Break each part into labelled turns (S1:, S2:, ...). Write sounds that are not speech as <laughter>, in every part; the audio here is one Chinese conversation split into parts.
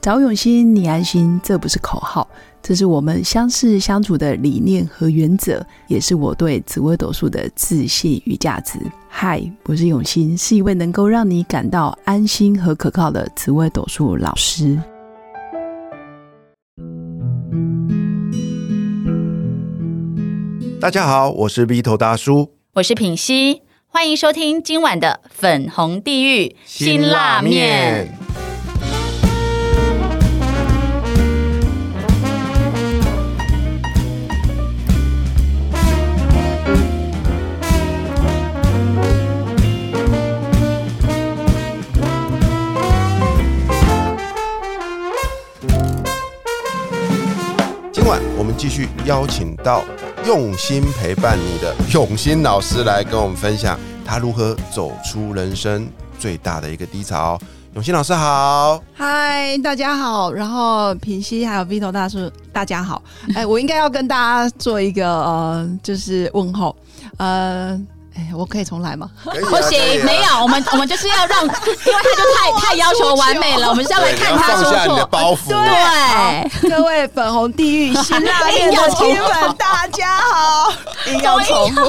S1: 找永新，你安心，这不是口号，这是我们相识相处的理念和原则，也是我对紫微斗数的自信与价值。嗨，我是永新，是一位能够让你感到安心和可靠的紫微斗数老师。
S2: 大家好，我是 V 头大叔。
S3: 我是品熙，欢迎收听今晚的粉红地狱辛辣面。
S2: 今晚我们继续邀请到用心陪伴你的永新老师来跟我们分享他如何走出人生最大的一个低潮。永新老师好，
S4: 嗨，大家好，然后平西还有 Vito 大叔，大家好。哎，我应该要跟大家做一个呃，就是问候，呃。哎，我可以重来吗？
S2: 可以
S3: <laughs>
S2: 啊
S3: 不行，没
S4: <laughs>
S3: 有，我们我们就是要让，因为他就太太要求完美
S4: <laughs>
S3: 了，我们是要来看他
S2: 放
S3: 出
S2: 下你的
S3: 错。啊
S2: 包袱。
S3: 对，
S4: 各位粉红地狱辛辣面的亲粉，大家好！硬要重复，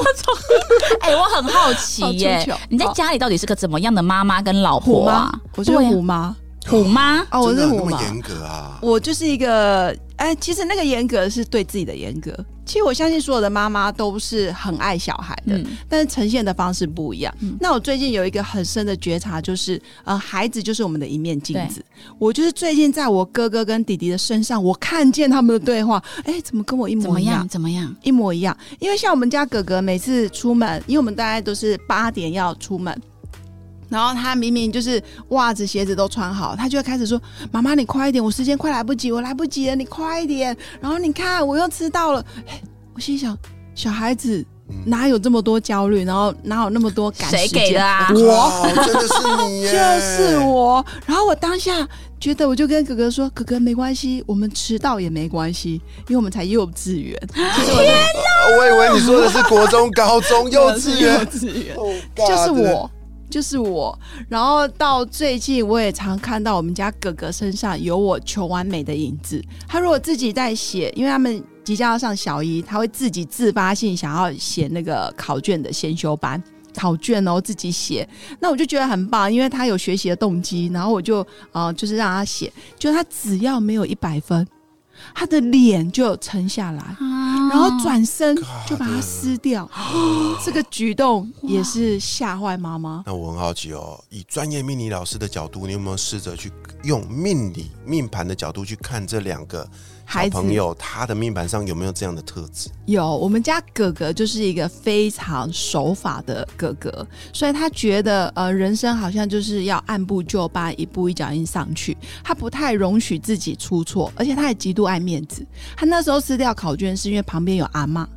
S3: 哎，我很好奇
S4: 好
S3: 耶
S4: 出糗，
S3: 你在家里到底是个怎么样的妈妈跟老
S4: 虎
S3: 婆
S4: 妈
S3: 啊？，
S4: 我是
S3: 对啊
S4: 虎妈，
S3: 虎妈，
S4: 哦，我
S2: 啊真
S4: 是
S2: 的有那
S4: 虎
S2: 么
S4: 妈，
S2: 严格啊？
S4: 我就是一个，哎，其实那个严格是对自己的严格。其实我相信所有的妈妈都是很爱小孩的，
S3: 嗯
S4: 但是呈现的方式不一样。
S3: 嗯
S4: 那我最近有一个很深的觉察，就是呃，孩子就是我们的一面镜子。我就是最近在我哥哥跟弟弟的身上，我看见他们的对话，哎，怎么跟我一
S3: 怎
S4: 模
S3: 么
S4: 一样
S3: 样？？怎么样？
S4: 一模一样。因为像我们家哥哥每次出门，因为我们大概都是八点要出门。然后他明明就是袜子、鞋子都穿好，他就会开始说：“妈妈，你快一点，我时间快来不及，我来不及了，你快一点。”然后你看，我又迟到了。 <laughs> 哎我心想，小孩子
S2: 嗯
S4: 哪有这么多焦虑，然后哪有那么多赶
S3: 谁
S4: 时间？
S3: 给的啊？
S4: 我
S2: 靠真的是你耶，
S4: 就是
S2: <laughs>
S4: 我。然后我当下觉得，我就跟哥哥说：“哥哥，没关系，我们迟到也没关系，因为我们才幼稚园。”
S2: 呃。我以为你说的是国
S4: <laughs>
S2: 中、高中、幼稚
S4: 幼
S2: 园，
S4: 稚园，
S2: <laughs> Oh God，
S4: 就是
S2: 真的
S4: 我，就是我。然后到最近，我也常看到我们家哥哥身上有我求完美的影子。他如果自己在写，因为他们即将要上小一，他会自己自发性想要写那个考卷哦的先修班。考卷哦，自己写，那我就觉得很棒，因为他有学习的动机，然后我就呃，就是让他写，就他只要没有一百分，他的脸就沉下来，然后转身就把它撕掉，哦这个举动也是吓坏妈妈。
S2: 那我很好奇哦，以专业命理老师的角度，你有没有试着去用命理命盘的角度去看这两个小
S4: 孩子
S2: 朋友他的命盘上有没有这样的特质？
S4: 有，我们家哥哥就是一个非常守法的哥哥，所以他觉得呃，人生好像就是要按部就班，一步一脚印上去。他不太容许自己出错，而且他也极度爱面子。他那时候撕掉考卷是因为旁边有阿妈，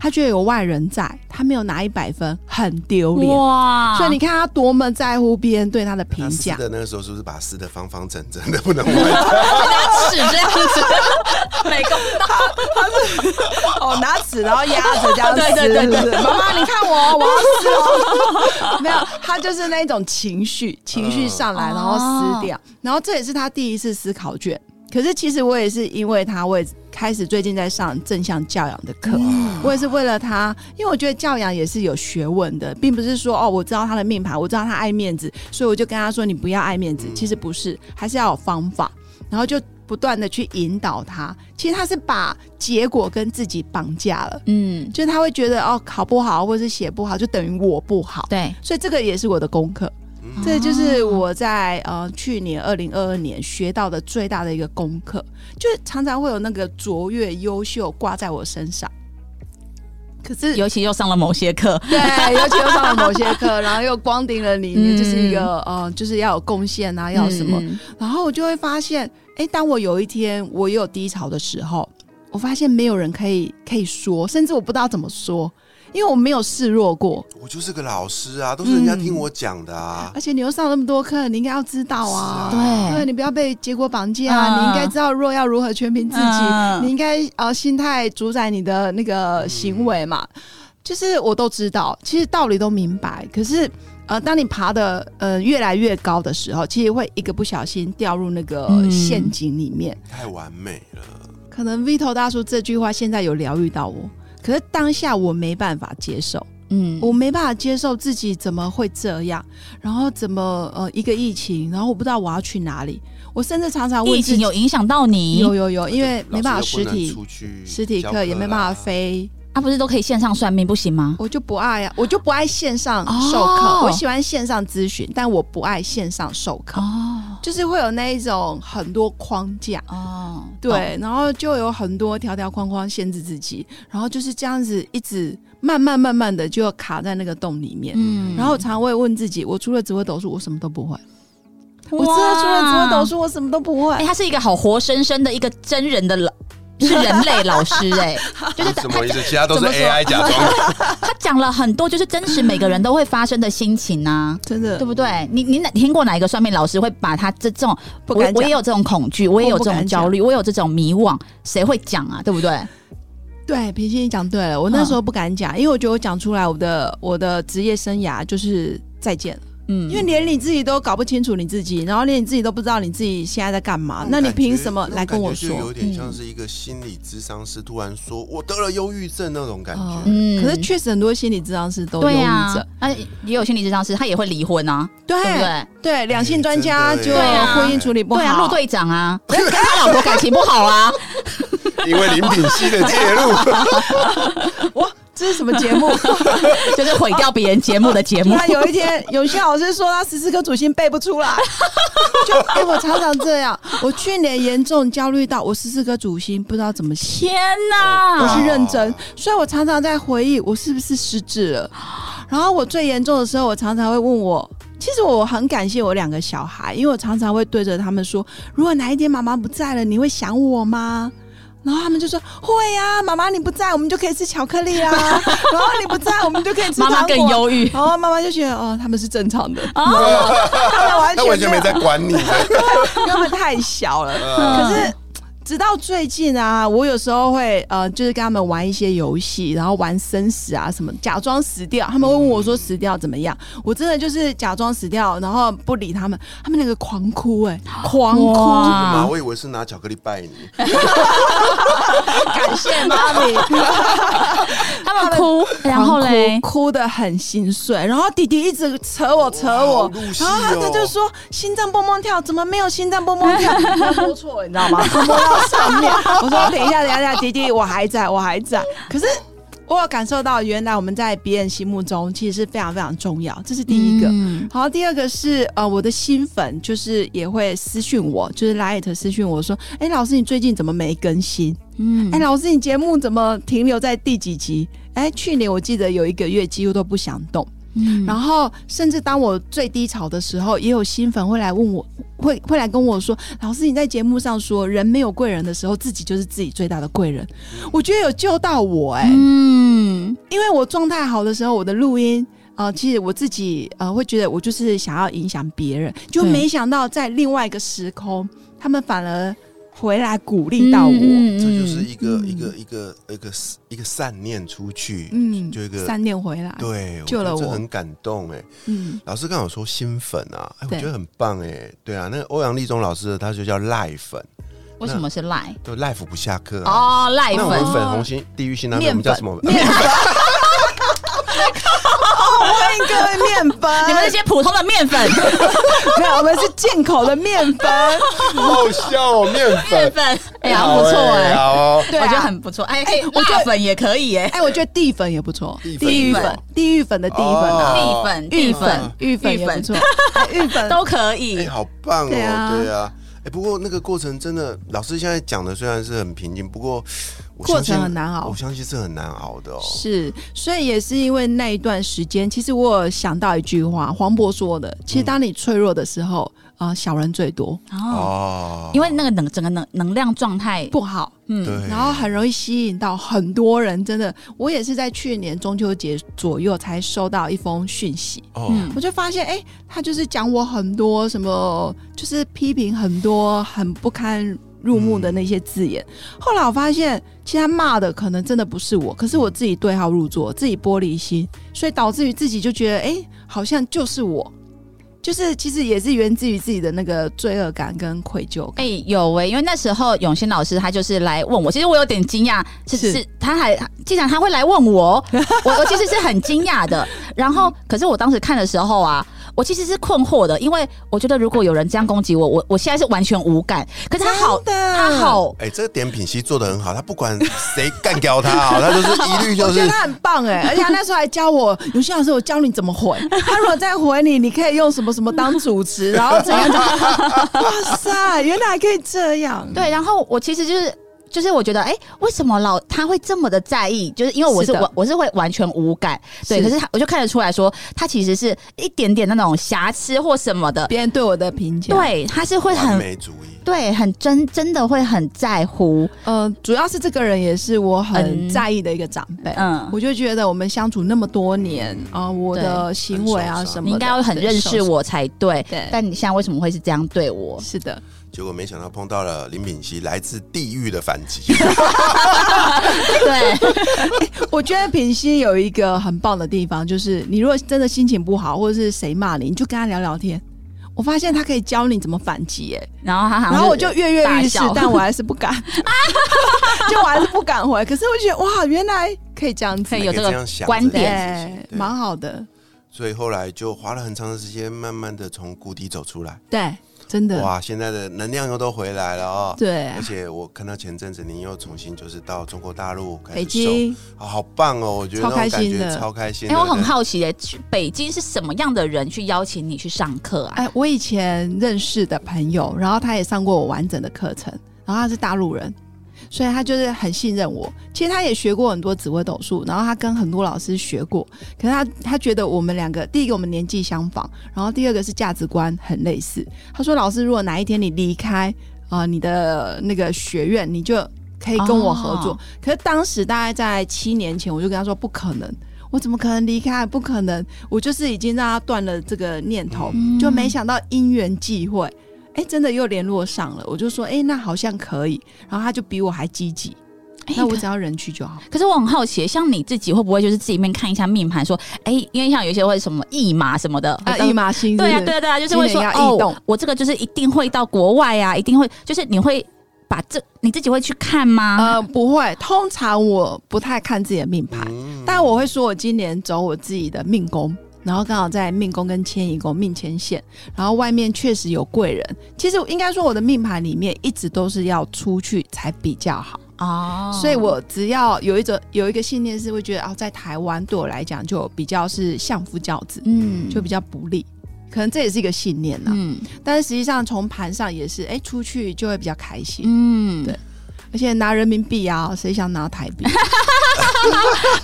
S4: 他觉得有外人在，他没有拿一百分，很丢脸。
S3: 哇！ <laughs>
S4: 所以你看他多么在乎别人对他的评
S2: 他撕
S4: 价，
S2: 的那个时候是不是把它撕的方方正正的，不能
S4: <laughs>
S2: 歪？
S3: 他是这样子，每个
S4: 哦，拿纸然后压着这样 <laughs>
S3: 对对对对
S4: 撕是不是妈妈你看我，我要撕哦。 <laughs> 没有，他就是那种情绪，情绪上来
S3: 嗯
S4: 然后撕掉，然后这也是他第一次撕考卷。可是其实我也是因为他，我也开始最近在上正向教养的课，我也是为了他，因为我觉得教养也是有学问的，并不是说哦，我知道他的命盘，我知道他爱面子，所以我就跟他说你不要爱面子，其实不是，还是要有方法。然后就不断的去引导他。其实他是把结果跟自己绑架了，
S3: 嗯，
S4: 就是他会觉得哦，考不好或是写不好，就等于我不好。
S3: 对，
S4: 所以这个也是我的功课，
S2: 嗯
S4: 这就是我在呃去年二零二二年学到的最大的一个功课，就是常常会有那个卓越、优秀挂在我身上。可是
S3: 尤其又上了某些课，
S4: 对，尤其又上了某些课， <laughs> 然后又光顶了你，
S3: 嗯
S4: 你就是一个呃，就是要有贡献啊，要有什么
S3: 嗯？嗯
S4: 然后我就会发现，哎，当我有一天我也有低潮的时候，我发现没有人可以可以说，甚至我不知道怎么说，因为我没有示弱过。
S2: 我就是个老师啊，都是人家听我讲的啊。
S4: 而且你又上那么多课，你应该要知道啊。
S2: 是
S4: 对，
S3: 对，
S4: 你不要被结果绑架
S3: 嗯
S4: 啊！你应该知道弱要如何全凭自己，
S3: 嗯
S4: 你应该呃心态主宰你的那个行为嘛。就是我都知道，其实道理都明白，可是呃，当你爬的呃越来越高的时候，其实会一个不小心掉入那个
S1: 嗯
S4: 陷阱里面。
S2: 太完美了，
S4: 可能 Vito 大叔这句话现在有疗愈到我，可是当下我没办法接受，
S3: 嗯，
S4: 我没办法接受自己怎么会这样，然后怎么呃一个疫情，然后我不知道我要去哪里，我甚至常常问
S3: 疫
S4: 自
S3: 情
S4: 己
S3: 有影响到你，
S4: 有有有，因为没办法
S2: 老师
S4: 实
S2: 又不能
S4: 体
S2: 出去
S4: 实体
S2: 教
S4: 课也没办法
S2: 啦，
S4: 飞，
S3: 啊，不是都可以线上算命不行吗？
S4: 我就不爱啊，我就不爱线上授课，
S3: 哦
S4: 我喜欢线上咨询，但我不爱线上授课，
S3: 哦
S4: 就是会有那一种很多框架。
S3: 哦，懂，
S4: 对，然后就有很多条条框框限制自己，然后就是这样子一直慢慢慢慢的就卡在那个洞里面。
S3: 嗯
S4: 然后我常会问自己，我除了紫微斗数，我什么都不会。我
S3: 哇
S4: 真的除了紫微斗，数，我什么都不会。
S3: 哎、他是一个好活生生的一个真人
S4: <laughs>
S3: 的老。是人类老师哎、就是
S2: 啊
S3: 他
S2: 什
S3: 他
S2: 么意思？其他都是
S3: 怎么说
S2: AI 假装的，
S3: 他讲了很多，就是真实每个人都会发生的心情啊，
S4: 真的
S3: 对不对？你你哪听过哪一个算命老师会把他这这种，
S4: 不
S3: 我
S4: 敢
S3: 我
S4: 讲
S3: 也。有这种恐惧，我也有
S4: 我
S3: 这
S4: 不
S3: 种
S4: 敢
S3: 焦虑，我有这种迷惘，谁会讲啊？对不对？
S4: 对，平心你讲对了，我那时候不敢讲，因为我觉得我讲出来，我的我的职业生涯就是再见了，
S3: 嗯，
S4: 因为连你自己都搞不清楚你自己，然后连你自己都不知道你自己现在在干
S3: 嗯
S4: 嘛， <laughs> 那你凭什么来跟我
S2: 那种感觉就有
S4: 说？
S2: 点像是一个心理咨商师突然说我得了忧郁症那种感
S4: 哦
S2: 觉。
S3: 嗯
S4: 可是确实很多心理治疗师都有
S3: 对
S4: 抑郁
S3: 啊
S4: 症，，
S3: 那也有心理智商师，他也会离婚啊，
S4: 对
S3: 对不对？
S4: 对，两性专家
S2: 哎真
S4: 就
S2: 的
S3: 耶对啊
S4: 婚姻处理不
S3: 对啊，陆
S4: 好，
S3: 队长啊，跟跟他老婆感情不好啊，
S2: 因为林炳熙的介
S4: <laughs>
S2: 入，
S4: 这是什么节目？
S3: 就是毁掉别人节目的节
S4: 突
S3: 目。
S4: 然有一天，永新老师说他十四颗主星背不
S3: <laughs>
S4: 出来，就哎、我常常这样。我去年严重焦虑到我十四颗主星不知道怎么写，
S3: 天
S4: 我
S3: 哪！
S4: 是认真，所以我常常在回忆我是不是失智了。然后我最严重的时候，我常常会问我。其实我很感谢我两个小孩，因为我常常会对着他们说：“如果哪一天妈妈不在了，你会想我吗？”然后他们就说：“会呀、妈妈你不在，我们就可以吃巧克力啦。啊 <laughs> 然后你不在，我们就可以吃
S3: 妈妈
S4: 糖
S3: 更
S4: 果啊
S3: 忧郁
S4: 然后妈妈就觉得哦，他们是正常的，
S3: 哦，
S4: <laughs> 他们完
S2: 他
S4: 全
S2: 完全没
S4: 没有
S2: 在管你。
S4: 因为他们太小了。
S2: 呃
S4: 可是直到最近啊，我有时候会呃，就是跟他们玩一些游戏，然后玩生死啊什么，假装死掉。他们会问我说死掉怎么样，我真的就是假装死掉，然后不理他们，他们那个狂哭哎、狂
S2: 妈，
S4: 哭，
S3: 哇！
S2: 啊我以为是拿巧克力拜你，
S4: 感谢妈咪。
S3: 他们哭，然后嘞，
S4: 哭哭得很心碎，然后弟弟一直扯我扯
S2: 好
S4: 我
S2: 入，戏
S4: 然后他
S2: 哦
S4: 他就说心脏蹦蹦跳，怎么没有心脏蹦 <laughs> 蹦跳？他摸错了，你知 <laughs> 道吗？他摸到上面，我说等一下，等一下，等一下，弟弟，我还在，我还在。可是我有感受到，原来我们在别人心目中其实是非常非常重要，这是第一个。
S3: 嗯
S4: 好，第二个是呃，我的新粉就是也会私讯我，就是 Light 私讯我说，哎、老师你最近怎么没更新？
S3: 嗯
S4: 哎、，老师，你节目怎么停留在第几集？哎、去年我记得有一个月几乎都不想动，
S3: 嗯
S4: 然后甚至当我最低潮的时候，也有新粉会来问我，会会来跟我说，老师你在节目上说人没有贵人的时候，自己就是自己最大的贵人，我觉得有救到我哎、
S3: 嗯，
S4: 因为我状态好的时候，我的录音。呃，其实我自己呃会觉得我就是想要影响别人，就
S3: 对
S4: 没想到在另外一个时空，他们反而回来鼓励到我。
S3: 嗯
S2: 这就是一个
S4: 嗯
S2: 一个一个一个一个善念出去，
S4: 嗯，
S2: 就一个
S4: 三年回来，
S2: 对，
S4: 救
S2: 觉得
S4: 了
S2: 这
S4: 我
S2: 很感动哎。
S4: 嗯，
S2: 老师刚好说新粉啊，哎，我
S4: 对
S2: 觉得很棒哎。对啊，那个欧阳立中老师的他就叫赖粉，
S3: 为什么是赖？
S2: 就赖粉不下课啊。
S3: 哦，赖
S2: 那我们
S3: 粉，
S2: 粉红心地狱心那边我
S4: 面
S2: 们叫什么？
S4: 面粉。欢迎各位面粉， <laughs>
S3: 你们这些普通的面粉，
S4: 没有，我们是进口的面粉。
S2: <laughs> 好笑哦，面粉，
S3: 面
S4: <laughs>
S3: 粉，哎呀，不错哎，
S2: 好哦。
S4: 对啊
S3: <laughs> 我觉得很不错。哎，可以
S4: 我觉得
S3: 辣粉也可以哎，
S4: 哎，我觉得地粉也不错，
S2: 地粉
S4: 地
S2: 也
S4: 狱
S2: 不错
S4: 粉，地狱粉的地粉啊，
S2: 哦
S3: 地粉、
S4: 玉
S3: 地
S4: 粉
S3: 粉、、
S4: 玉粉也不错，哎 <laughs> 玉粉
S3: 都可以
S2: 哎、。好棒哦！对
S4: 对
S2: 啊
S4: 啊，
S2: 哎、不过那个过程真的，老师现在讲的虽然是很平静，不过我
S4: 过
S2: 相信
S4: 程很难熬
S2: 我相信是很难熬的哦。
S4: 是，所以也是因为那一段时间，其实我有想到一句话，黄渤说的，其实当你脆弱的时候，啊，小人最多，
S3: 哦，
S4: 嗯
S2: 哦，
S3: 因为那个能整个能能量状态，
S4: 不好。
S2: 对
S3: 嗯，，
S4: 然后很容易吸引到很多人。真的，我也是在去年中秋节左右才收到一封讯息，
S2: 哦，
S3: 嗯
S4: 我就发现，哎、他就是讲我很多什么，就是批评很多很不堪入目的那些字眼。后来我发现，其实他骂的可能真的不是我，可是我自己对号入座，自己玻璃心，所以导致于自己就觉得，哎、好像就是我，就是其实也是源自于自己的那个罪恶感跟愧疚感。
S3: 哎、有哎、因为那时候永新老师他就是来问我，其实我有点惊讶，是
S4: 是
S3: 是，他还竟然他会来问我，我我其实是很惊讶的。然后，可是我当时看的时候啊，我其实是困惑的，因为我觉得如果有人这样攻击我，我我现在是完全无感。可是他好，
S4: 真的
S3: 他好，
S2: 哎、这个点品析做的很好，他不管谁干掉他
S4: <laughs>
S2: 啊，他就是一律
S4: 我
S2: 就
S4: 觉
S2: 是
S4: 得他很棒哎、而且他那时候还教我，有些老师我教你怎么回，他如果再回你，你可以用什么什么当主持，然后怎样怎样。哇塞，原来还可以这样。
S3: 对，然后我其实就是。就是我觉得，哎、为什么老他会这么的在意？就是因为我是
S4: 是的
S3: 我我是会完全无感，对。
S4: 是
S3: 可是他，我就看得出来说，他其实是一点点那种瑕疵或什么的，
S4: 别人对我的评价，，
S3: 对，他是会
S2: 完
S3: 很
S2: 美主义。
S3: 对，很真真的会很在乎，
S4: 呃，主要是这个人也是我很
S3: 嗯
S4: 在意的一个长辈，
S3: 嗯，
S4: 我就觉得我们相处那么多年啊、我的行为啊
S2: 很受伤
S4: 什么的，
S3: 你应该要很认识我才对。
S4: 对
S3: 但你现在为什么会是这样对我
S4: 对。？是的，
S2: 结果没想到碰到了林品熙来自地狱的反
S4: <laughs>
S2: 击，
S3: <laughs> 对，
S4: 我觉得品心有一个很棒的地方，就是你如果真的心情不好，或者是谁骂你，你就跟他聊聊天。我发现他可以教你怎么反击、哎，
S3: 然后他好像，
S4: 然后我就跃跃欲试
S3: 啊大笑，
S4: 但我还是不
S3: <laughs>
S4: 敢，就我还是不敢回。可是我觉得哇，原来可以这样子，
S3: 可以有这
S2: 这
S3: 个
S2: 样想
S3: 观
S2: 这
S3: 点，
S2: 样
S4: 对，
S2: 对
S4: 蛮好的，
S2: 所以后来就花了很长的时间，慢慢的从谷底走出来。
S4: 对，真的，
S2: 哇，现在的能量又都回来了哦。
S4: 对，
S2: 而且我看到前阵子您又重新就是到中国大陆开始
S4: 北
S2: 收
S4: 京
S2: 啊，好棒哦！我觉得那
S4: 超开
S2: 种感
S4: 心
S2: 觉
S4: 的
S2: 超开心
S3: 哎、
S2: 的。
S3: 我很好奇耶，去北京是什么样的人去邀请你去上课啊？
S4: 哎，我以前认识的朋友，然后他也上过我完整的课程，然后他是大陆人，所以他就是很信任我。其实他也学过很多紫微斗数，然后他跟很多老师学过，可是他他觉得我们两个，第一个我们年纪相仿，然后第二个是价值观很类似。他说，老师，如果哪一天你离开啊、呃你的那个学院，你就可以跟我合作。
S3: 哦
S4: 可是当时大概在七年前，我就跟他说不可能。我怎么可能离开？不可能！我就是已经让他断了这个念头，
S3: 嗯
S4: 就没想到因缘际会，哎、真的又联络上了。我就说，哎、那好像可以。然后他就比我还积极，
S3: 哎
S4: 那我
S3: 可
S4: 只要人去就好。
S3: 可是我很好奇耶，像你自己会不会就是自己面看一下命盘，说，哎、因为像有一些会什么驿马什么的，
S4: 啊，
S3: 呃
S4: 一马心
S3: 对
S4: 呀、
S3: 啊，对啊，对啊，就是会
S4: 今
S3: 说
S4: 年要异
S3: 哦
S4: 动，
S3: 我这个就是一定会到国外啊，一定会，就是你会把这你自己会去看吗？
S4: 呃，不会，通常我不太看自己的命盘，
S2: 嗯
S4: 但我会说我今年走我自己的命宫，然后刚好在命宫跟迁移宫命牵线，然后外面确实有贵人。其实应该说我的命盘里面一直都是要出去才比较好，
S3: 哦，
S4: 呃所以我只要有一种有一个信念是会觉得啊，在台湾对我来讲就比较是相夫教子，
S3: 嗯
S4: 就比较不利。可能这也是一个信念呐、
S3: 嗯
S4: 但是实际上从盘上也是，哎、出去就会比较开心。
S3: 嗯，
S4: 对而且拿人民币啊，谁想拿台币？ <laughs>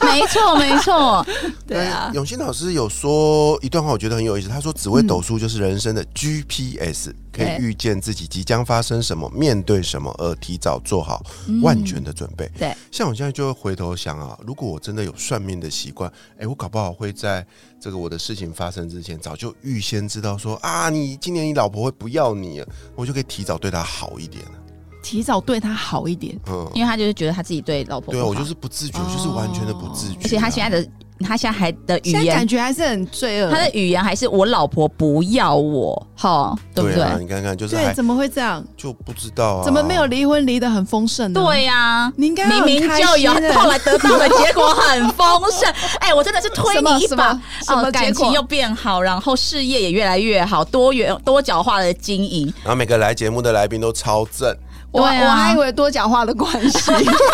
S3: 没错没错， <laughs>
S4: 对啊，
S2: <laughs> 永新老师有说一段话，我觉得很有意思。他说：“紫微斗数就是人生的 GPS，可以
S4: 对
S2: 预见自己即将发生什么，面对什么，而提早做好万全的准备。
S4: 嗯对，
S2: 像我现在就会回头想啊，如果我真的有算命的习惯，哎、我搞不好会在这个我的事情发生之前，早就预先知道说啊，你今年你老婆会不要你了，我就可以提早对她好一点了。
S4: 提早对他好一点。
S2: 嗯，
S3: 因为他就是觉得他自己对老婆
S2: 对啊，
S3: 不
S2: 我
S3: 好
S2: 就是不自觉，我就是完全的不自觉、啊
S3: 而且他现在
S2: 的。
S3: 的他现在还的语
S4: 现在感
S3: 言，
S4: 觉还是很罪恶。
S3: 他的语言还是我老婆不要我，好，对不
S2: 对啊，
S3: 对？
S2: 你看看，就是
S4: 对，
S2: 还
S4: 怎么会这样？
S2: 就不知道啊，
S4: 怎么没有离婚离得很丰盛呢？，
S3: 对呀，
S4: 你应该
S3: 明明就有，后来得到的结果很丰
S4: <laughs>
S3: 盛。哎，我真的是推
S4: 什么
S3: 你一
S4: 什
S3: 把哦
S4: 么，什么
S3: 感
S4: 结果
S3: 情又变好，然后事业也越来越好，多元多角化的经
S2: <laughs>
S3: 营。
S2: 然后每个来节目的来宾都超正，
S4: 我、
S3: 对啊
S4: 我还以为多讲话的关系，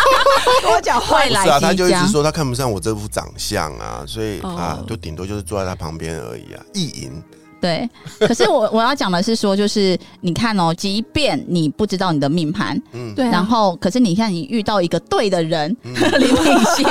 S4: <laughs> 多讲话
S3: 未
S2: 不
S3: 来
S2: 是啊，他
S3: 即
S2: 就一直
S3: 将，
S2: 说他看不上我这副长相啊，所以、
S4: 哦
S2: 啊，就顶多就是坐在他旁边而已啊，意淫。
S3: 对。可是我我要讲的是说，就是你看哦，即便你不知道你的命盘，
S2: 嗯
S4: 对啊、
S3: 然后可是你看你遇到一个对的人， <laughs> 林品熙，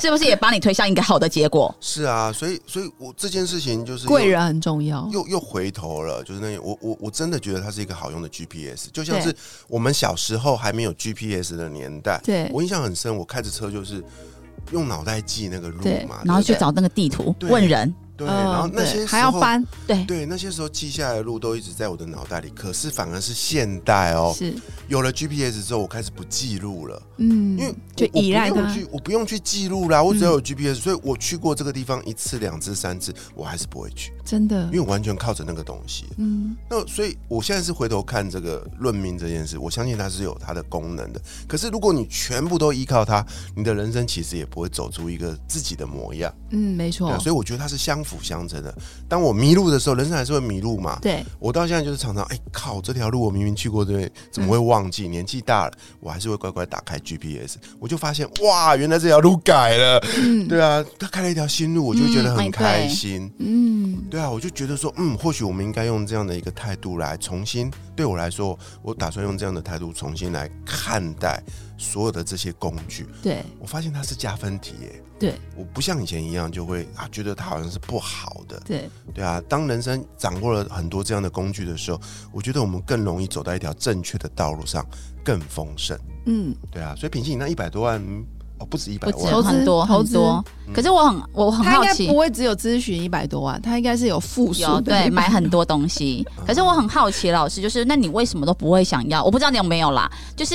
S3: 是不是也帮你推向一个好的结果？
S2: 是啊，所以所以我这件事情就是又
S4: 贵人哦很重要。
S2: 又又回头了，就是那我我我真的觉得它是一个好用的 GPS，就像
S4: 对
S2: 是我们小时候还没有 GPS 的年代，
S4: 对
S2: 我印象很深，我开着车就是用脑袋记那个路
S4: 对
S2: 嘛，
S3: 然后
S2: 啊对
S3: 去
S2: 不对
S3: 找那个地图
S2: 对
S3: 问人，
S2: 对，
S4: 嗯
S2: 然后那
S4: 对
S2: 些
S4: 还要
S2: 时候
S4: 搬，
S3: 对，
S2: 对，那些时候记下来的路都一直在我的脑袋里，可是反而是现代哦，
S4: 是，
S2: 有了 GPS 之后，我开始不记录了，
S4: 嗯
S2: 因为我
S4: 就依赖
S2: 我不
S4: 它
S2: 用
S4: 嗯
S2: 去，我不用去记录啦，我只要有 GPS，、所以我去过这个地方一次、两次、三次，我还是不会去，
S4: 真的
S2: 因，为我完全靠着那个东西。
S4: 嗯，
S2: 那所以我现在是回头看这个论命这件事，我相信它是有它的功能的。可是如果你全部都依靠它，你的人生其实也不会走出一个自己的模样。
S4: 嗯，没
S2: 对
S4: 错
S2: 啊，所以我觉得它是相辅相成的。当我迷路的时候，人生还是会迷路嘛。
S4: 对，
S2: 我到现在就是常常，哎、靠，这条路我明明去过，对，怎么会忘记？年纪大了，我还是会乖乖打开 GPS，我就发现，哇，原来这条路改了，
S4: 嗯
S2: 对啊，他开了一条新路，我就觉得
S3: 嗯
S2: 很
S3: 哎
S2: 开
S3: 对
S2: 心。
S4: 嗯，
S2: 对啊，我就觉得说，嗯，或许我们应该用这样的一个态度来重新，对我来说，我打算用这样的态度重新来看待所有的这些工具。
S4: 对，
S2: 我发现它是加分题耶，
S4: 对
S2: 我不像以前一样就会啊，觉得它好像是不好的。
S4: 对，
S2: 对啊，当人生掌握了很多这样的工具的时候，我觉得我们更容易走到一条正确的道路上，更丰盛。
S4: 嗯，
S2: 对啊，所以品信，你那一百多万，嗯哦，不止一百
S3: 不止
S2: 万，
S4: 投资
S3: 很多
S4: 投
S3: 很
S4: 资嗯
S3: 多。可是我很我很
S4: 他
S3: 好
S4: 应该
S3: 奇
S4: 不，会只有咨询一百多万，他应该是有复数
S3: 有
S4: 的
S3: 对
S4: 100
S3: 买很多东西。可是我很好奇，老师就是那你为什么都不会想要？我不知道你有没有啦，就是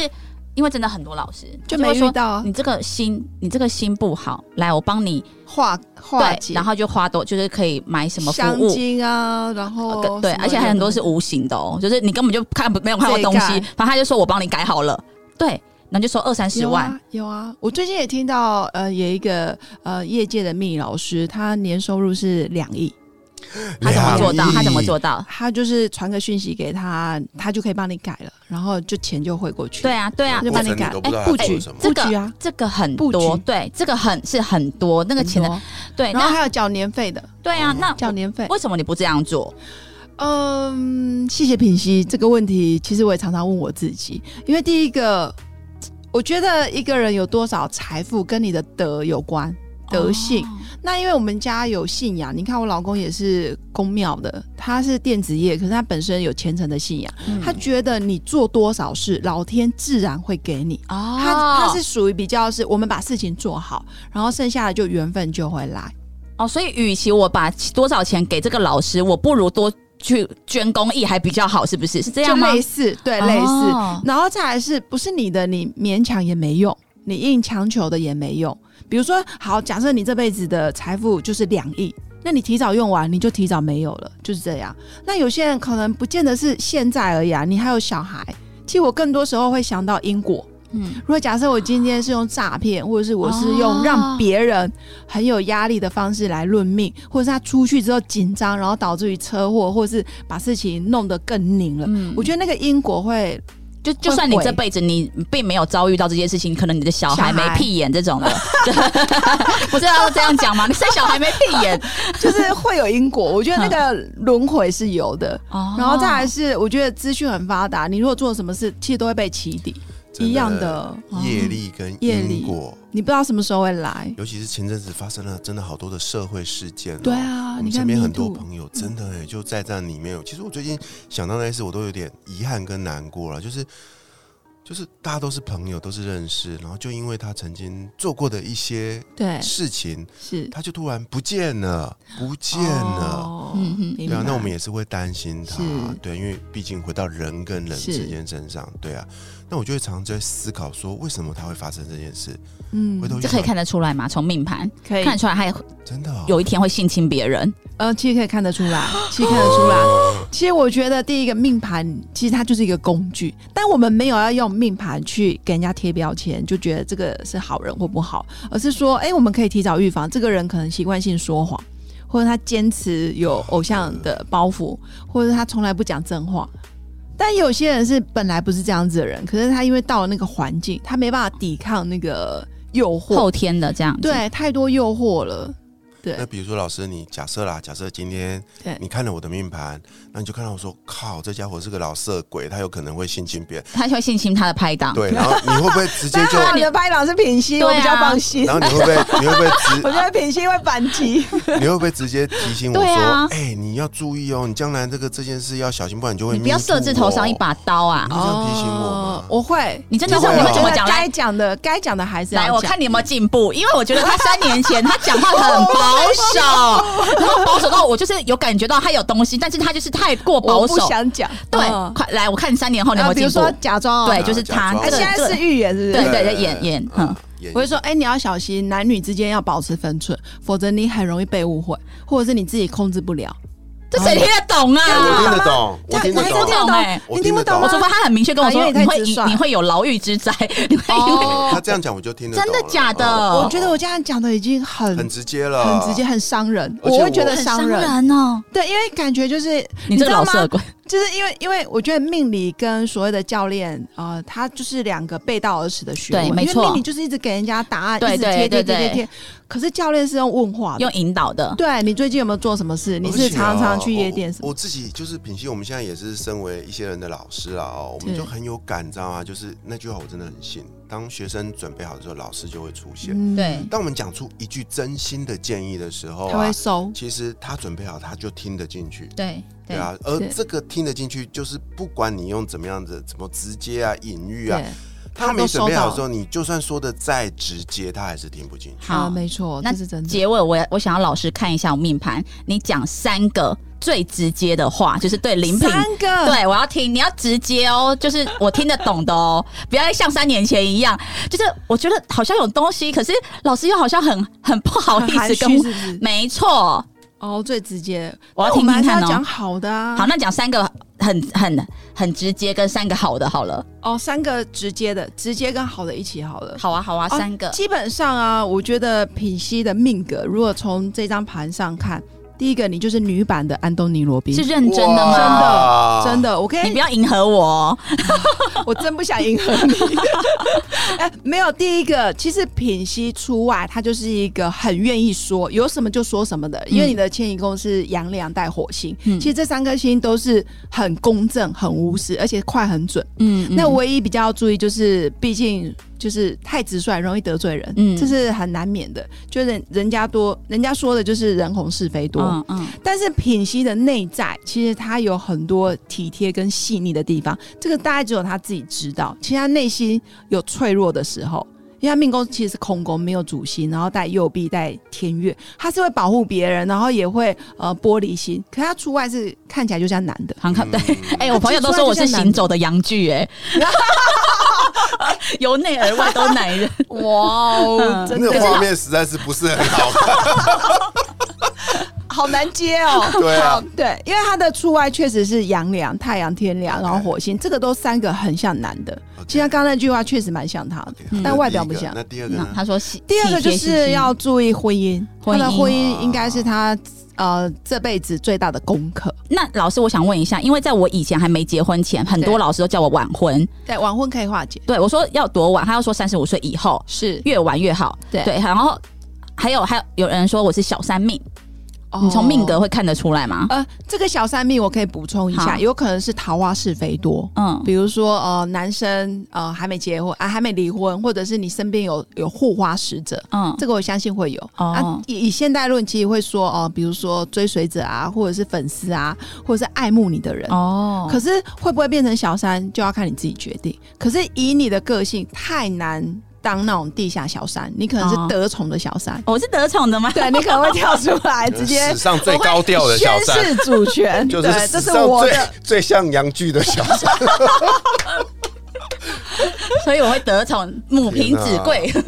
S3: 因为真的很多老师
S4: <laughs> 就
S3: 会
S4: 没遇
S3: 说。
S4: 到啊
S3: 你这个心，你这个心不好，来，我帮你
S4: 化化
S3: 对，
S4: 解，
S3: 然后就花多，就是可以买什么服
S4: 香
S3: 务，
S4: 精啊，然
S3: 呃
S4: 后
S3: 跟对，
S4: 什么
S3: 而且还很多是
S4: 有的
S3: 无形的哦，就是你根本就看不没有看过
S4: 自己
S3: 东西，
S4: 盖
S3: 反正他就说我帮你改好了，对，然后就收二三十万，
S4: 有啊有啊，我最近也听到呃，有一个呃业界的命理老师，他年收入是两亿，
S3: 他怎么做到？他怎么做
S2: 到？
S3: 到？
S4: 他就是传个讯息给他，他就可以帮你改了，然后就钱就汇过去。
S3: 对啊，对啊，
S4: 就
S2: 过
S4: 帮你
S2: 程
S4: 改
S2: 你都不
S4: 哎
S2: 知道它
S4: 布
S2: 做
S4: 局
S2: 了什么
S3: 这个
S4: 布局啊
S3: 这个很
S4: 布
S3: 多，
S4: 局
S3: 对，这个很是很多那个
S4: 很
S3: 钱的，
S4: 多，
S3: 对，
S4: 然后
S3: 那
S4: 还有哦缴年费的，
S3: 对啊，那
S4: 缴年费。
S3: 为什么你不这样做？
S4: 嗯，谢谢品熙这个问题，其实我也常常问我自己，因为第一个，我觉得一个人有多少财富跟你的德有关，德
S3: 哦
S4: 性。那因为我们家有信仰，你看我老公也是公庙的，他是电子业，可是他本身有虔诚的信仰，
S3: 嗯
S4: 他觉得你做多少事，老天自然会给你。
S3: 哦，
S4: 他他是属于比较是我们把事情做好，然后剩下的就缘分就会来。
S3: 哦，所以与其我把多少钱给这个老师，我不如多去捐公益还比较好，是不是？是这样
S4: 就
S3: 吗？
S4: 类似，对，
S3: 哦
S4: 类似。然后再来是不是你的，你勉强也没用，你硬强求的也没用。比如说，好，假设你这辈子的财富就是两亿，那你提早用完，你就提早没有了，就是这样。那有些人可能不见得是现在而已啊，你还有小孩。其实我更多时候会想到因果。
S3: 嗯，哦
S4: 如果假设我今天是用诈骗，或者是我是用让别人很有压力的方式来论命，或者是他出去之后紧张，然后导致于车祸，或者是把事情弄得更拧了，
S3: 嗯
S4: 我觉得那个因果会
S3: 就就算你
S4: 会
S3: 这辈子你并没有遭遇到这件事情，可能你的小孩
S4: 小孩
S3: 没屁眼这种的， <laughs> 不是要这样讲吗？你生小孩没屁眼，
S4: 就是会有因 <laughs> 果，我觉得那个轮回是有的。
S3: 哦
S4: 然后再来是，我觉得资讯很发达，你如果做什么事，其实都会被起底，
S2: 真
S4: 一样的，
S3: 哦
S2: 业力跟
S4: 业
S2: 因
S4: 力
S2: 果。
S4: 你不知道什么时候会来。
S2: 尤其是前阵子发生了真的好多的社会事件、哦，
S4: 对啊
S2: 我
S4: 你
S2: 们
S4: 看
S2: 身边
S4: Me
S2: 很多
S4: Too
S2: 朋友真的哎就在这里面。其实我最近想到那些事，我都有点遗憾跟难过了，就是就是大家都是朋友，都是认识，然后就因为他曾经做过的一些
S4: 对，
S2: 事情，
S4: 是
S2: 他就突然不见
S4: <laughs>
S2: 了，不见了。
S4: 哦
S3: 嗯哼
S4: 明
S2: 啊对啊，
S4: 白
S2: 那我们也是会担心他
S4: 是，
S2: 对，因为毕竟回到人跟人
S4: 是
S2: 之间身上，对啊。那我就会常常在思考说，为什么他会发生这件事？
S4: 嗯
S2: 回头
S3: 这
S2: 一
S3: 可以
S2: 想
S3: 看得出来吗？从命盘
S4: 可以
S3: 看得出来，他
S2: 真的哦
S3: 有一天会性侵别人。
S4: 呃，其实可以看得出来，其实看得出来。其实我觉得第一个命盘，其实它就是一个工具，但我们没有要用命盘去给人家贴标签，就觉得这个是好人或不好，而是说，哎、我们可以提早预防这个人可能习惯性说谎，或者他坚持有偶像的包袱，或者他从来不讲真话。但有些人是本来不是这样子的人，可是他因为到了那个环境，他没办法抵抗那个诱惑，
S3: 后天的这样子，，
S4: 对，太多诱惑了，对
S2: 那比如说，老师，你假设啦，假设今天
S4: 对
S2: 你看了我的命盘，那你就看到我说，靠，这家伙是个老色鬼，他有可能会性侵
S4: <laughs>
S2: 别人，
S3: 他就会性侵他的拍档，
S2: 对，然后你会不会直接
S4: 但
S2: 就，
S4: 好，你的拍档是品熙，
S3: 对啊
S4: 我比较放心。
S2: 然后你会不会，你会不
S4: 我
S2: 会
S4: 觉得品熙会反击。
S2: 直， <laughs> 你会不会直接提醒我
S3: 对
S2: 说，哎、
S3: 啊
S2: 你要注意哦，你将来这个这件事要小心，不然你就会
S3: 你不要
S2: Me Too
S3: 设置头上一
S2: 哦。
S3: 把刀啊
S2: 你！会这样提醒我吗？
S4: 我会。
S3: 你真
S2: 就
S3: 的
S2: 是
S3: 会，
S2: 我
S3: 你
S2: 觉得
S3: 会怎么讲？来
S4: 该讲的，该讲的还是要
S3: 来，
S4: 讲。
S3: 我看你有没有进步，因为我觉得他三年前他讲话很保守，然后保守到我就是有感觉到他有东西，但是他就是太过保
S4: 我不
S3: 守。
S4: 想讲。
S3: 对
S4: 嗯，
S3: 快来，我看三年后你有没
S4: 然后
S3: 有
S4: 比
S3: 进
S4: 如说
S3: 步？
S4: 假装哦
S3: 对，就是
S2: 假
S3: 他
S2: 装。
S4: 哎，
S3: 这
S4: 现
S3: 个
S4: 在
S3: 这个
S4: 是预言，是不
S3: 对
S4: 是？
S3: 对对，演演，嗯，
S2: 演
S4: 我就说，哎，你要小心，男女之间要保持分寸，否则你很容易被误会，或者是你自己控制不了。
S3: 这谁听
S4: 嗯
S3: 得
S2: 我
S3: 懂
S4: <laughs>
S2: 听
S3: 啊？
S2: 得懂，我听得
S4: 你还真
S2: 懂啊
S4: 听，得
S3: 懂哎
S2: 我
S4: 你听不
S2: 听得懂
S4: 懂
S3: 我
S4: 吗？
S3: 除非他很明确跟我
S4: 啊
S3: 说，
S4: 因为
S3: 你
S4: 你太
S3: 会
S4: 直率哦
S3: 你会有牢狱之灾， <laughs> 你会因为
S2: 他这样讲我就听得懂
S3: 真
S2: 了。
S3: 的假的
S2: 哦
S4: 我觉得我这样讲的已经很
S2: 很直接了，
S4: 很直接，很伤人，
S2: 而且
S4: 我会觉
S2: 我
S4: 得伤人。
S3: 哦！
S4: 对，因为感觉就是
S3: 你这个
S4: 知道
S3: 老
S4: 吗
S3: 色鬼，
S4: 就是因为，因为我觉得命理跟所谓的教练，呃，他就是两个背道而驰的学问。
S3: 对没错
S4: 因为命理就是一直给人家答案，
S3: 对
S4: 一直
S3: 对
S4: 贴
S3: 对
S4: 贴贴贴
S3: 对
S4: 贴。可是教练是用问话的
S3: 用，引导的，
S4: 对你最近有没有做什么事？你
S2: 而且
S4: 是常常去
S2: 哦
S4: 夜店什
S2: 我
S4: 么？
S2: 我自己就是品析，我们现在也是身为一些人的老师啦，哦，我们
S3: 对
S2: 就很有感，你知道吗？就是那句话我真的很信，当学生准备好的时候，老师就会出现。
S4: 嗯
S3: 对，
S2: 当我们讲出一句真心的建议的时候
S4: 他
S2: 啊
S4: 会，收。
S2: 其实他准备好，他就听得进去。
S3: 对
S2: 对
S3: 对
S2: 啊，而
S4: 对
S2: 这个听得进去，就是不管你用怎么样的，怎么直接啊、隐喻啊，
S4: 对，
S2: 他
S4: 他
S2: 没
S4: 都
S2: 准备
S4: 收到
S2: 好
S4: 了
S2: 的时候，你就算说的再直接，他还是听不进去。
S4: 啊，
S3: 好，
S4: 没错，
S3: 那
S4: 这是真的。
S3: 结尾我要我想要老师看一下我命盘，你讲三个最直接的话，就是对林品。
S4: 三个，
S3: 对，我要听，你要直接哦，就是我听得懂的哦， <laughs> 不要像三年前一样，就是我觉得好像有东西，可是老师又好像很很不好
S4: 很 <laughs>
S3: 意
S4: 含
S3: 思
S4: 蓄
S3: 跟
S4: 啊是
S3: 我
S4: 不。是？
S3: 没错，
S4: 哦，最直接。
S3: 我要
S4: 那
S3: 听
S4: 们
S3: 听
S4: 还
S3: 看
S4: 是要
S3: 哦
S4: 讲好的啊。
S3: 好，那讲三个很很很直接跟三个好的好了，
S4: 哦，三个直接的，直接跟好的一起好了。
S3: 好啊好啊，
S4: 哦
S3: 三个
S4: 基本上啊，我觉得品熙的命格，如果从这张盘上看，第一个你就是女版的安东尼·罗宾
S3: 是。认真的吗？
S2: 哇
S4: 真，的，我可
S3: 你不
S4: 以，
S3: 要迎合我哦，
S4: 我真不想迎合你。 <laughs> 哎，没有，第一个，其实品熙出外，他就是一个很愿意说，有什么就说什么的。因为你的迁移宫是阳两带火星，
S3: 嗯
S4: 其实这三颗星都是很公正、很无私，而且快、很准。
S3: 嗯，嗯
S4: 那唯一比较要注意就是，毕竟就是太直率，容易得罪人，
S3: 嗯
S4: 这是很难免的。就是人人家多，人家说的就是人红是非多，
S3: 嗯嗯，
S4: 但是品熙的内在其实他有很多体贴跟细腻的地方，这个大概只有他自己知道。其实他内心有脆弱的时候。因为他命宫其实是空宫，没有主星，然后带右臂带天月，他是会保护别人，然后也会呃玻璃心。可他出外是看起来就像男的，
S3: 好看对。
S4: <laughs>
S2: 嗯
S3: 哎、我朋友都说我是行走的洋剧、哎，由内而外都男人。
S4: <laughs> 哇哦
S3: 嗯
S4: 真
S2: 那个画面实在是不是很
S4: <laughs>
S2: 好看。
S4: 好难接哦。
S2: 对啊
S4: 好，对，因为它的出外确实是阳梁、太阳、天梁，
S2: OK
S4: 然后火星，这个都三个很像男的。
S2: OK
S4: 其实他刚刚那句话确实蛮像他的
S2: OK，好，
S4: 但外表不
S2: 嗯那第一个那。第二个
S4: 像
S3: 那
S2: 呢？
S3: 他说细，
S4: 第二个就
S3: 细节细
S4: 是
S3: 心
S4: 要注意婚姻，
S3: 婚姻
S4: 他的婚姻应该是他呃这辈子最大的功课。
S3: 那老师，我想问一下，因为在我以前还没结婚前，很多
S4: 对
S3: 老师都叫我晚婚。
S4: 对，晚婚可以化解，
S3: 对我说要多晚，他要说三十五岁以后，
S4: 是
S3: 越晚越好。
S4: 对
S3: 对，然后还有还有有人说我是小三命，你从命格。
S4: 哦
S3: 会看得出来吗？
S4: 呃，这个小三命我可以补充一
S3: 好
S4: 下，有可能是桃花是非多，
S3: 嗯，
S4: 比如说呃，男生呃还没结婚啊，还没离婚，或者是你身边有有护花使者，
S3: 嗯，
S4: 这个我相信会有。
S3: 哦
S4: 啊，以以现代论，其实会说哦、比如说追随者啊，或者是粉丝啊，或者是爱慕你的人。
S3: 哦，
S4: 可是会不会变成小三，就要看你自己决定。可是以你的个性，太难当那种地下小三，你可能是
S3: 哦
S4: 得宠的小三，
S3: 我是得宠的吗？
S4: 对你可能会跳出
S2: <laughs>
S4: 来，直接
S2: 嗯史上最高调的小三
S4: 宣，誓主
S2: <laughs>
S4: 权，
S2: 就是
S4: 对，这
S2: 史
S4: 是
S2: 上
S4: 我
S2: 最
S4: 的。
S2: 最像洋剧的小
S4: <laughs>
S2: 三。
S3: <laughs> 所以我会得宠母凭子贵。
S2: 就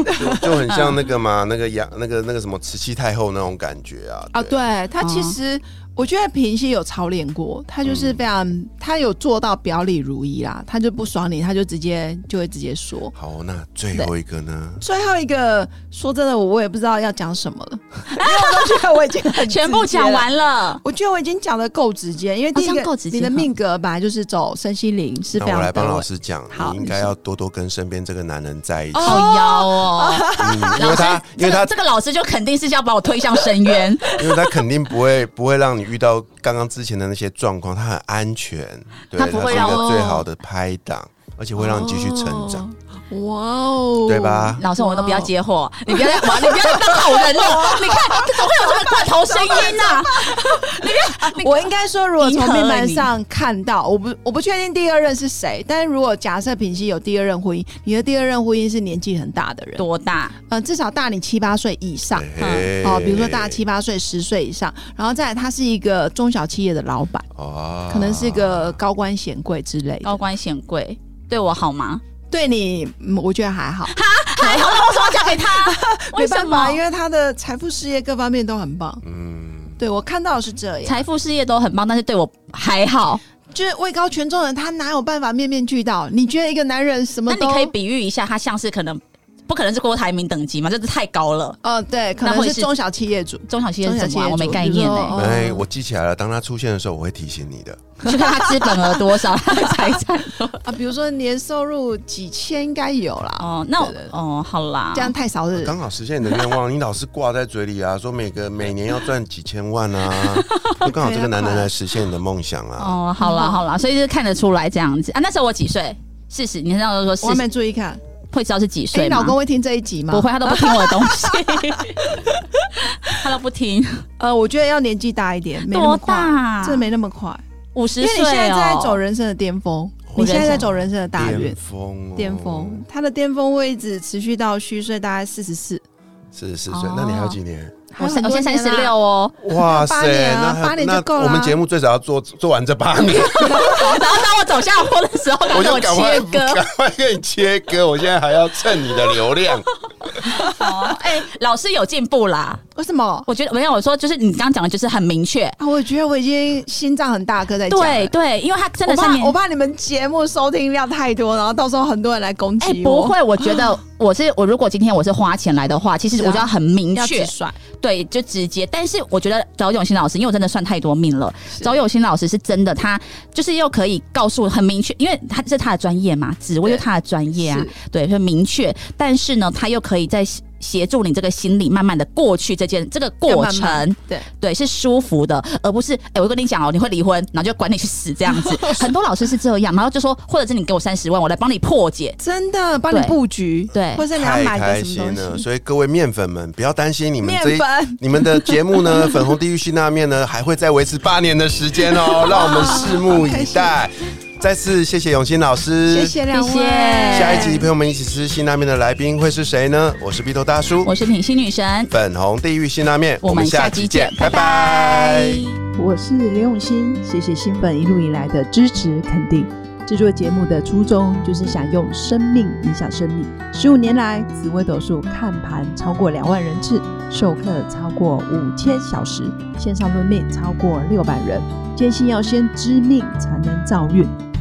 S2: 就很像那个嘛，那个杨那个那个什么慈禧太后那种感觉啊。
S4: 啊，对他其
S3: 哦
S4: 实，我觉得平息有操练过，他就是非常，他有做到表里如一啦，他就不爽你，他就直接就会直接说。
S2: 好，那最后一个呢？
S4: 最后一个，说真的，我我也不知道要讲什么
S3: <laughs>
S4: 了，因为我都觉得我已经很
S3: 全部
S4: 直接了
S3: 讲。完了，
S4: 我觉得我已经讲的够直接，因为第一
S3: 好
S4: 个
S3: 像够直接
S4: 你的命格本来就是走身心灵是
S2: 那
S4: 非常
S2: 我来帮
S4: 对
S2: 老
S4: 位
S2: 师讲，
S4: 好
S2: 你应该要多多跟身边这个男人在一起，
S3: 好妖哦。
S2: 嗯因为他因为他
S3: 这个这个老师就肯定是要把我推向深 <laughs> 渊。
S2: 因为他肯定不会不会让你遇到刚刚之前的那些状况，他很安全，对，
S3: 他不会
S2: 是一
S3: 让
S2: 个
S3: 我
S2: 最好的拍档，而且会让你继续成长。
S4: 哇哦，
S2: 对？吧？
S3: 老师，我们都不要接货，你不要再玩，你不要再当好人 <laughs> 了。你看，怎么会有这么罐头声音啊 <laughs> 呢、
S4: 我应该说，如果从
S3: 迎合了
S4: 命盘
S3: 你
S4: 上看到，我不我不确定第二任是谁，但是如果假设品熙有第二任婚姻，你的第二任婚姻是年纪很大的人，
S3: 多大？
S4: 呃，至少大你七八岁以上。
S2: 嘿
S4: 哦，比如说大七八岁、十岁以上，然后再来他是一个中小企业的老板，
S2: 哦
S4: 可能是个高官显贵之类的
S3: 高。官显贵对我好吗？
S4: 对你，嗯我觉得还好，
S3: 还好，那为什么要嫁给 <laughs> 他？
S4: 没
S3: 为什
S4: 办法，因
S3: 么？
S4: 为他的财富、事业各方面都很棒。
S2: 嗯，
S4: 对我看到的是这样，
S3: 财富事业都很棒，但是对我还好。
S4: 就是位高权重的人，他哪有办法面面俱到？你觉得一个男人什么
S3: 那
S4: 都？
S3: 你可以比喻一下，他像是可能不可能是郭台铭等级嘛？这是太高了。
S4: 哦，对，可能
S3: 会
S4: 是
S3: 是
S4: 中小企业主。
S3: 中小企业是
S4: 中小
S3: 怎
S4: 企
S3: 么啊？
S4: 业主
S3: 我没概念
S4: 比如
S3: 呢、
S4: 说哦
S2: 哎，我记起来了，当他出现的时候，我会提醒你的。
S3: 去看他资本额多少，他的财产多少。
S4: <laughs> 啊，比如说年收入几千应该有啦，
S3: 哦，那我
S4: 对对对
S3: 哦，好啦，
S4: 这样太少了。
S2: 刚好实现你的愿望，你老是挂在嘴里啊，说每个每年要赚几千万啊，就刚好这个男人来实现你的梦想啊。
S3: 哦，好啦，
S4: 嗯
S3: 好啦，所以就是看得出来这样子啊。那时候我几岁？四十，你那时候说
S4: 我还
S3: 四十，
S4: 没注意看，
S3: 会知道是几
S4: 哎，
S3: 岁
S4: 你
S3: 吗？
S4: 老公会听这一集吗？
S3: 不会，他都不听我的东
S4: <laughs>
S3: 西，他都不听。
S4: 呃，我觉得要年纪大一啊点，没那
S3: 多
S4: 么快，
S3: 大？
S4: 真的没那么快，
S3: 五十
S4: 因为
S3: 岁
S4: 你现在
S3: 哦
S4: 在走人生的巅峰，
S3: 我
S4: 你现在
S3: 人
S4: 在
S3: 生
S4: 走人生的大运
S2: 巅。峰哦，
S4: 巅峰，他的巅峰位置持续到虚岁大概四十四，
S2: 四十四岁，
S4: 哦
S2: 那你还有几年？
S4: <laughs> 还
S3: 我
S4: 有很
S3: 三
S4: 多
S3: 我现在三
S4: 年
S3: 十
S4: 啦
S3: 六
S4: <laughs>
S3: 哦，
S2: 哇
S4: 八
S2: 塞，
S4: 年啊
S2: 那还
S4: 八年就
S2: 那
S4: 够了啊
S2: 我们节目最少要做做完这八
S4: <laughs>
S2: 年，
S3: 然后当我走下坡的时候，
S2: 我
S3: 跟
S2: 就
S3: 我
S2: 赶快
S3: 切割。
S2: <laughs> 赶快跟你切割。我现在还要蹭你的流
S4: <laughs>
S2: 量，
S3: 哦，哎，老师有进步啦，
S4: 为什么
S3: 我觉得没有，我说就是你刚刚讲的，就是很明确。
S4: 啊？我觉得我已经心脏很大颗在讲了
S3: 对对，因为他真的
S4: 我
S3: 是
S4: 怕我
S3: 年。
S4: 怕你们节目收听量太多，然后到时候很多人来攻
S3: 哎、
S4: 击
S3: 不
S4: 我。
S3: 会，我觉
S4: <laughs>
S3: 得我是我，如果今天我是花钱来的话，其实
S4: 是啊
S3: 我就要很明
S4: 要
S3: 确
S4: 直，率，
S3: 对，就直接。但是我觉得找永新老师，因为我真的算太多命了。
S4: 是
S3: 找永新老师是真的，他就是又可以告诉我很明确，因为他这是他的专业嘛，职位
S4: 对
S3: 就是他的专业啊
S4: 是，
S3: 对，所以明确。但是呢，他又可以在协协助你这个心理慢慢的过去这件这个
S4: 要
S3: 过
S4: 慢
S3: 程，
S4: 慢对
S3: 对，是舒服的，而不是哎、我跟你讲哦，你会离婚，然后就管你去死这
S4: <laughs>
S3: 样子。很多老师是这样，然后就说，或者是你给我三十万，我来帮你破解。
S4: 真的帮你
S3: 对
S4: 布局，
S3: 对
S4: 或是你要
S2: 太
S4: 买
S2: 开
S4: 个什
S2: 心
S4: 么
S2: 了。
S4: 东西，
S2: 所以各位面粉们，不要担心，你们
S4: 面
S2: 这一
S4: 粉。
S2: 你们的节目呢，《 <laughs> 粉红地狱辛辣面》呢，还会再维持八年的时间
S4: <laughs>
S2: 哦，让我们拭目以待。再次谢谢永新老师，
S4: 谢。谢两位，
S3: 谢谢
S2: 下一集陪我们一起吃辛辣面的来宾会是谁呢？我是鼻头大叔
S3: 我，是品心女神，
S2: 粉红地狱辛辣面，
S3: 我们下期见，拜拜
S1: 我是刘永新，谢谢新粉一路以来的支持肯定。制作节目的初衷就是想用生命影响生命。十五年来，紫微斗数看盘超过两万人次，授课超过五千小时，线上论命超过六百人。坚信要先知命才能造运，